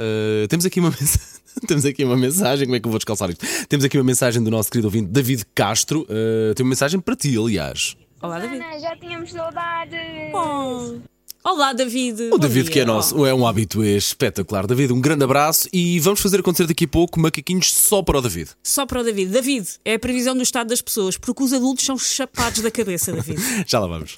eh, temos aqui uma mensagem. Temos aqui uma mensagem, como é que eu vou descalçar isto? Temos aqui uma mensagem do nosso querido ouvinte David Castro. eh, tem uma mensagem para ti, aliás. Olá, David. Ana, já tínhamos saudades. Oh. Olá, David. O David, que é nosso, é um habitué espetacular. David, um grande abraço e vamos fazer acontecer daqui a pouco macaquinhos só para o David. Só para o David. David, é a previsão do estado das pessoas, porque os adultos são chapados da cabeça, David. Já lá vamos.